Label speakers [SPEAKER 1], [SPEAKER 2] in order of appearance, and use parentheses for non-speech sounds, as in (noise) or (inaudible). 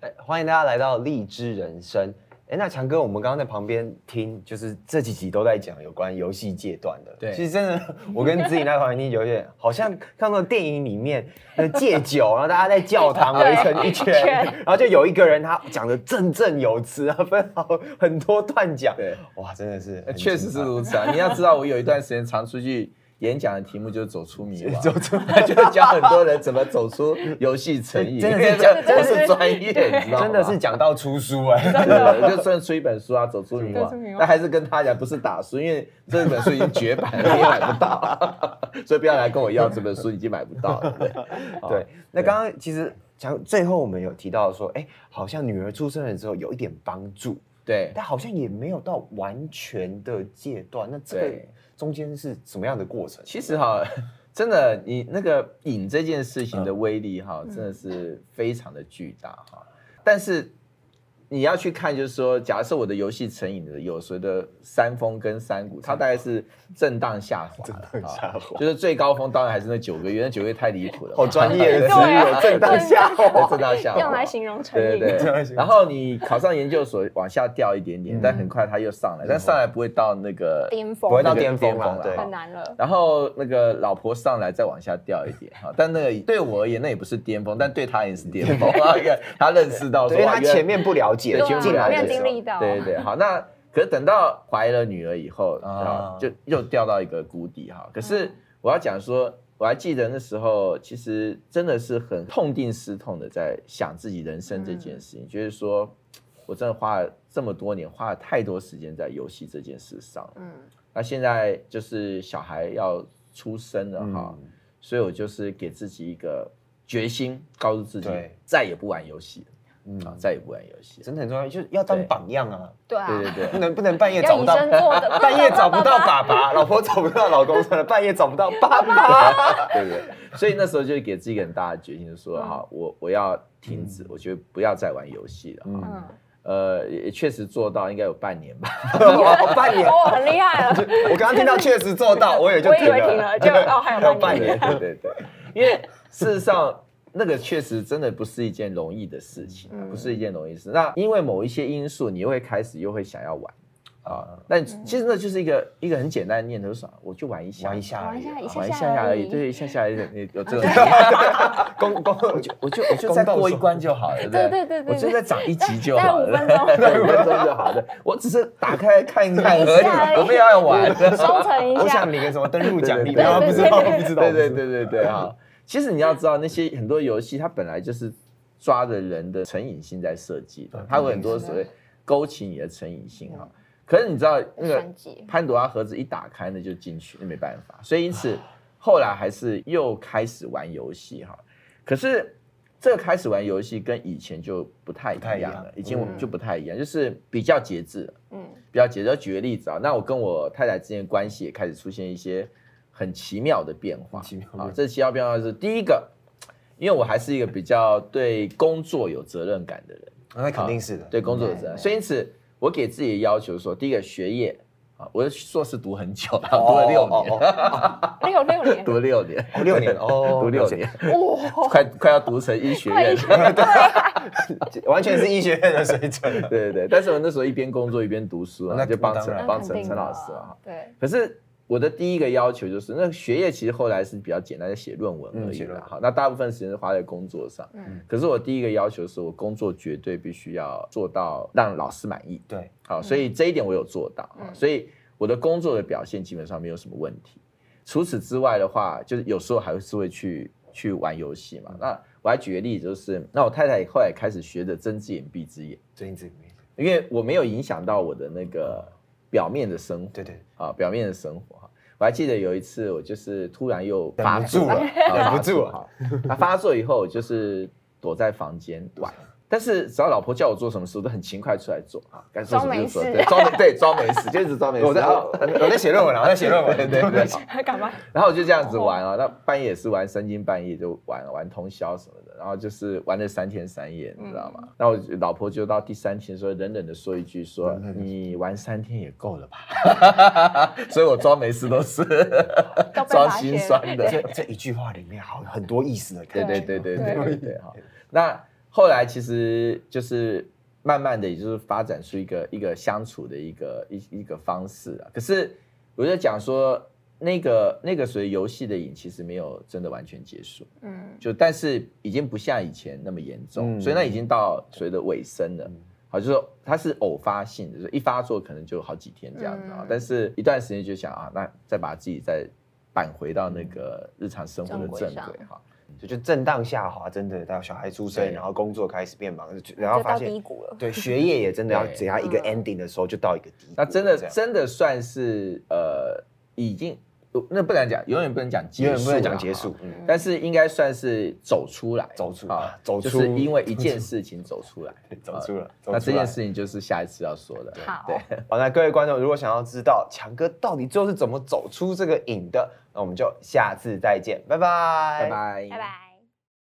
[SPEAKER 1] 哎欢迎大家来到荔枝人生。哎，那强哥，我们刚刚在旁边听，就是这几集都在讲有关游戏戒断的。
[SPEAKER 2] 对
[SPEAKER 1] 其实真的，我跟自己在旁边听，有点好像看到电影里面那戒酒，然后大家在教堂围成
[SPEAKER 2] (laughs)
[SPEAKER 1] 一圈
[SPEAKER 3] 对一，圈
[SPEAKER 1] 然后就有一个人他讲的振振有词啊，分好很多段讲。
[SPEAKER 2] 对，
[SPEAKER 1] 哇，真的是
[SPEAKER 2] 呃
[SPEAKER 1] 很
[SPEAKER 2] 确实是 (laughs)
[SPEAKER 1] 精
[SPEAKER 2] 如此啊。你要知道，我有一段时间常出去演讲的题目就是走出迷
[SPEAKER 1] (laughs)
[SPEAKER 2] 惘，
[SPEAKER 1] 走出
[SPEAKER 2] 就教很多人怎么走出游戏成瘾，
[SPEAKER 1] 真的是
[SPEAKER 2] 因为这
[SPEAKER 3] 真
[SPEAKER 2] 我
[SPEAKER 3] 的是
[SPEAKER 2] 是专业，你知道
[SPEAKER 1] 彩
[SPEAKER 2] 吗？
[SPEAKER 1] 真的是。讲到出书哎、
[SPEAKER 2] (laughs) 对，就算出一本书啊，走出迷
[SPEAKER 3] 走出迷
[SPEAKER 2] 惘
[SPEAKER 3] 惘，
[SPEAKER 2] 但还是跟他讲不是打书，因为这本书已经绝版了，你也买不到， (laughs) 所以不要来跟我要这本书，已经买不到了。哦对不对
[SPEAKER 1] 对，那刚刚其实讲最后我们有提到说，哎，好像女儿出生了之后有一点帮助，
[SPEAKER 2] 对，
[SPEAKER 1] 但好像也没有到完全的戒断。那这个
[SPEAKER 2] 对
[SPEAKER 1] 中间是什么样的过程？
[SPEAKER 2] 其实哈， (laughs) 真的，你那个瘾这件事情的
[SPEAKER 1] 嗯
[SPEAKER 2] 威力哈，
[SPEAKER 3] 嗯
[SPEAKER 2] 真的是非常的巨大哈。但是你要去看，就是说，假设我的游戏成瘾的有所谓的山峰跟山谷，它大概是震荡下滑的，震
[SPEAKER 1] 荡下滑
[SPEAKER 2] 就是最高峰当然还是那九个月，那九个月太离谱了，
[SPEAKER 1] 啊好专业的
[SPEAKER 3] 对
[SPEAKER 1] 词语哦，
[SPEAKER 3] 啊
[SPEAKER 1] 正当下
[SPEAKER 2] 对
[SPEAKER 1] 滑。
[SPEAKER 2] 震荡下滑，
[SPEAKER 3] 用来形容成
[SPEAKER 2] 对
[SPEAKER 3] 瘾。
[SPEAKER 2] 对
[SPEAKER 1] 这样
[SPEAKER 2] 对
[SPEAKER 1] 行，嗯
[SPEAKER 2] 然后你考上研究所往下掉一点点，但很快它又上来，但上来不会到那个
[SPEAKER 3] 巅峰
[SPEAKER 2] 不会到
[SPEAKER 1] 那个
[SPEAKER 2] 巅峰
[SPEAKER 1] 巅峰
[SPEAKER 2] 了，
[SPEAKER 1] 对
[SPEAKER 2] 哈
[SPEAKER 3] 很难了。
[SPEAKER 2] 然后那个老婆上来再往下掉一点哈，但那个对我而言那也不是巅峰，但对他也是巅
[SPEAKER 1] (laughs)
[SPEAKER 2] 峰。那个他认识到
[SPEAKER 1] 因
[SPEAKER 2] 说，
[SPEAKER 1] 为
[SPEAKER 2] 哇
[SPEAKER 1] 他
[SPEAKER 2] 原来
[SPEAKER 1] 前面不啊了解，
[SPEAKER 2] 对
[SPEAKER 3] 对啊
[SPEAKER 2] 前面
[SPEAKER 1] 进来
[SPEAKER 3] 没有
[SPEAKER 1] 的时候
[SPEAKER 3] 经历到啊
[SPEAKER 2] 对对对，好那。可是等到怀了女儿以后，
[SPEAKER 1] 啊
[SPEAKER 2] 啊，就又掉到一个谷底哈。可
[SPEAKER 1] 嗯
[SPEAKER 2] 是我要讲说，我还记得那时候，其实真的是很痛定思痛的，在想自己人生这件事情，
[SPEAKER 1] 嗯
[SPEAKER 2] 就是说，我真的花了这么多年，花了太多时间在游戏这件事上了。
[SPEAKER 3] 嗯，
[SPEAKER 2] 那现在就是小孩要出生了哈，
[SPEAKER 1] 嗯
[SPEAKER 2] 所以我就是给自己一个决心，告诉自己
[SPEAKER 1] 对
[SPEAKER 2] 再也不玩游戏了，啊，
[SPEAKER 1] 嗯，
[SPEAKER 2] 再也不玩游戏了。
[SPEAKER 1] 真的很重要，就是要当
[SPEAKER 2] 对
[SPEAKER 1] 榜样啊，
[SPEAKER 3] 对啊，
[SPEAKER 2] 对对
[SPEAKER 1] 不
[SPEAKER 2] 对，
[SPEAKER 1] 能不能半夜找
[SPEAKER 3] 要
[SPEAKER 1] 不
[SPEAKER 3] 以
[SPEAKER 1] 到，
[SPEAKER 3] 身作则。
[SPEAKER 1] 半夜找不到爸爸，老婆找不到老公，半夜找不到爸爸。
[SPEAKER 2] 对对对，所以那时候就给自己一个很大的决心，就说
[SPEAKER 3] 嗯
[SPEAKER 2] 哈，我我要停止，我觉得不要再玩游戏了。
[SPEAKER 1] 嗯
[SPEAKER 3] 嗯，
[SPEAKER 2] 呃，也也确实做到，应该有半年
[SPEAKER 1] (laughs)
[SPEAKER 2] 吧。
[SPEAKER 1] 我半
[SPEAKER 2] 嗯
[SPEAKER 1] 夜，
[SPEAKER 3] 哦，很厉
[SPEAKER 2] (laughs)
[SPEAKER 3] 害了。
[SPEAKER 1] 我刚刚听到确实做到，我也就
[SPEAKER 3] 我以
[SPEAKER 1] 停
[SPEAKER 3] 为
[SPEAKER 1] 了
[SPEAKER 3] 停。了，就哦还
[SPEAKER 1] 还有
[SPEAKER 3] 有
[SPEAKER 1] 半
[SPEAKER 3] 半
[SPEAKER 1] 年
[SPEAKER 3] 年。
[SPEAKER 2] 对对对，因为事实上那个确实真的不是一件容易的事情，啊
[SPEAKER 3] 嗯
[SPEAKER 2] 不是一件容易的事。那因为某一些因素，你又会开始又会想要玩
[SPEAKER 1] 嗯
[SPEAKER 2] 啊。那其实那就是一个一个很简单的念头，就是啊我就玩一下，
[SPEAKER 1] 玩一下而已啊，
[SPEAKER 3] 玩一下
[SPEAKER 2] 玩一下下而已，
[SPEAKER 3] 而已
[SPEAKER 2] 对，一下下而已，
[SPEAKER 3] (laughs)
[SPEAKER 2] 你有这种。
[SPEAKER 1] 公公，我就
[SPEAKER 2] (laughs) 我就我就再过一关就好了，对不对？
[SPEAKER 3] 对对对对
[SPEAKER 2] 我就再长一级就好了，
[SPEAKER 3] 再
[SPEAKER 2] (laughs)
[SPEAKER 3] 五分
[SPEAKER 2] 对五分钟就好了。我只是打开看一看
[SPEAKER 3] 一下
[SPEAKER 2] 而已，
[SPEAKER 3] 而已
[SPEAKER 2] 我没有要玩。 (laughs)
[SPEAKER 3] 收成一
[SPEAKER 1] 我
[SPEAKER 3] 下
[SPEAKER 1] 想，领个什么登录奖励，
[SPEAKER 3] 对对
[SPEAKER 1] 啊然后不知
[SPEAKER 3] 对
[SPEAKER 1] 道
[SPEAKER 3] 对对
[SPEAKER 1] 不知道，
[SPEAKER 2] 对对对对对哈。其实你要知道，那些很多游戏它本来就是抓着人的成瘾性在设计
[SPEAKER 1] 嗯
[SPEAKER 2] 的，它有很多所谓勾起你的成瘾性哈。可是你知道那个
[SPEAKER 3] 升级
[SPEAKER 2] 潘多拉盒子一打开那就进去，那没办法。所以因此后来还是又开始玩游戏哈。可是这个开始玩游戏跟以前就不太
[SPEAKER 1] 不太
[SPEAKER 2] 一
[SPEAKER 1] 一
[SPEAKER 2] 样
[SPEAKER 1] 样
[SPEAKER 2] 了，已经
[SPEAKER 1] 嗯
[SPEAKER 2] 就不太一样，就是比较节制了。
[SPEAKER 3] 嗯，
[SPEAKER 2] 比较简单。举个例子啊，那我跟我太太之间的关系也开始出现一些很奇妙的变化。
[SPEAKER 1] 很奇妙的变化
[SPEAKER 2] 啊，这奇妙变化是第一个，因为我还是一个比较对工作有责任感的人，
[SPEAKER 1] 啊那肯定是的，嗯
[SPEAKER 2] 对工作有责
[SPEAKER 1] 哎
[SPEAKER 2] 任，所以因此我给自己的要求说，第一个学业啊，我的硕士读很久了，
[SPEAKER 1] 哦，
[SPEAKER 2] 读了六年，
[SPEAKER 1] 哦，
[SPEAKER 3] 六六年，
[SPEAKER 2] 读了六年，
[SPEAKER 1] 哦六 (laughs) 年哦，
[SPEAKER 2] 读六年，
[SPEAKER 3] 哇，
[SPEAKER 2] 快快要读成医学
[SPEAKER 3] 快
[SPEAKER 2] 院
[SPEAKER 3] 一
[SPEAKER 2] 了。
[SPEAKER 3] 圈，对，
[SPEAKER 1] 完全是医学院的水准。
[SPEAKER 2] 对对对，但是我那时候一边工作一边读书
[SPEAKER 1] 那
[SPEAKER 2] 啊，就帮
[SPEAKER 1] 那当然
[SPEAKER 2] 陈帮陈陈老师啊，
[SPEAKER 3] 啊，对， (laughs)
[SPEAKER 2] 可是我的第一个要求就是，那学业其实后来是比较简单的写论文而
[SPEAKER 1] 嗯
[SPEAKER 2] 已
[SPEAKER 1] 写论
[SPEAKER 2] 啦。
[SPEAKER 1] 文
[SPEAKER 2] 好，那大部分时间是花在工作上。
[SPEAKER 3] 嗯
[SPEAKER 2] 可是我第一个要求是我工作绝对必须要做到让老师满意。
[SPEAKER 1] (laughs) 对，
[SPEAKER 2] 好，所以这一点我有做到。啊
[SPEAKER 3] 嗯
[SPEAKER 2] 所以我的工作的表现基本上没有什么问题。除此之外的话，就是有时候还是会去去玩游戏
[SPEAKER 1] 嗯
[SPEAKER 2] 嘛。那我还举个例子，就是那我太太后来开始学着睁只眼闭只眼，
[SPEAKER 1] 最近这个没
[SPEAKER 2] 因为我没有影响到我的那个表面的生活。
[SPEAKER 1] 对对，
[SPEAKER 2] 啊，表面的生活哈。我还记得有一次，我就是突然又
[SPEAKER 1] 忍
[SPEAKER 2] 发
[SPEAKER 1] 不
[SPEAKER 2] 作
[SPEAKER 1] 住了
[SPEAKER 2] 啊
[SPEAKER 1] (laughs) 忍不
[SPEAKER 2] 发
[SPEAKER 1] 住
[SPEAKER 2] 作
[SPEAKER 1] 了
[SPEAKER 2] 哈。那发作以后，我就是躲在房间玩，但是只要老婆叫我做什么事，我都很勤快出来做啊，该做什么就做，
[SPEAKER 3] 装没事
[SPEAKER 2] 对，装没对装
[SPEAKER 1] (laughs)
[SPEAKER 2] 没事，就一直装没事。
[SPEAKER 1] 我在哦
[SPEAKER 2] 然后
[SPEAKER 1] 我在写论文啊，我在写论文， (laughs)
[SPEAKER 2] 对对对，
[SPEAKER 3] 干嘛？
[SPEAKER 2] 然后我就这样子玩啊，那半夜也是玩，三更半夜就玩玩通宵什么的，然后就是玩了三天三夜，你知道
[SPEAKER 3] 嗯
[SPEAKER 2] 吗？那我老婆就到第三天说，冷冷的说一句说，
[SPEAKER 1] 冷冷地
[SPEAKER 2] 你玩三天也够了吧？
[SPEAKER 1] (laughs)
[SPEAKER 2] 所以我装没事都是
[SPEAKER 3] 都被
[SPEAKER 2] 装
[SPEAKER 3] 发
[SPEAKER 2] 心
[SPEAKER 3] 现
[SPEAKER 2] 酸的，
[SPEAKER 1] 这这一句话里面好很多意思的
[SPEAKER 2] 对
[SPEAKER 1] 感觉。
[SPEAKER 2] 对对对
[SPEAKER 3] 对
[SPEAKER 2] 对对对哈。那后来其实就是慢慢的，也就是发展出一个一个相处的一个一一个方式啊。可是我就讲说，那个那个所谓游戏的瘾，其实没有真的完全结束，
[SPEAKER 3] 嗯，
[SPEAKER 2] 就但是已经不像以前那么严重，
[SPEAKER 1] 嗯
[SPEAKER 2] 所以那已经到所谓的尾声了。好，就是说它是偶发性的，就是一发作可能就好几天这样子啊、
[SPEAKER 3] 嗯
[SPEAKER 2] 但是一段时间就想啊，那再把自己再扳回到那个日常生活的
[SPEAKER 3] 嗯正轨
[SPEAKER 2] 正
[SPEAKER 3] 上
[SPEAKER 2] 轨哈。
[SPEAKER 1] 就就震荡下滑，真的到小孩出生，
[SPEAKER 2] 对
[SPEAKER 1] 然后工作开始变忙，然后
[SPEAKER 3] 就
[SPEAKER 1] 发
[SPEAKER 3] 到
[SPEAKER 1] 现
[SPEAKER 3] 低谷了。
[SPEAKER 1] 对学业也真的要
[SPEAKER 2] 对
[SPEAKER 1] 只要一个
[SPEAKER 3] 嗯
[SPEAKER 1] ending 的时候就到一个低谷了，
[SPEAKER 2] 那真的
[SPEAKER 1] 这样
[SPEAKER 2] 真的算是呃，已经呃那不能讲，永远不能讲结束
[SPEAKER 1] 永远
[SPEAKER 2] 啦，
[SPEAKER 1] 不能讲结束
[SPEAKER 2] 哈，，
[SPEAKER 1] 嗯，
[SPEAKER 2] 但是应该算是走出来，
[SPEAKER 1] 走出
[SPEAKER 2] 啊，
[SPEAKER 1] 走
[SPEAKER 2] 就
[SPEAKER 1] 出
[SPEAKER 2] 是
[SPEAKER 1] (laughs)
[SPEAKER 2] 因为一件事情走出来。
[SPEAKER 1] 走出了。
[SPEAKER 2] 那这件事
[SPEAKER 1] 情，
[SPEAKER 2] 情就是下一次要说的。
[SPEAKER 3] 好
[SPEAKER 2] 对，
[SPEAKER 1] 好，那各位观众如果想要知道强哥到底最后是怎么走出这个瘾的，那我们就下次再见，拜拜，
[SPEAKER 2] 拜拜，
[SPEAKER 3] 拜拜。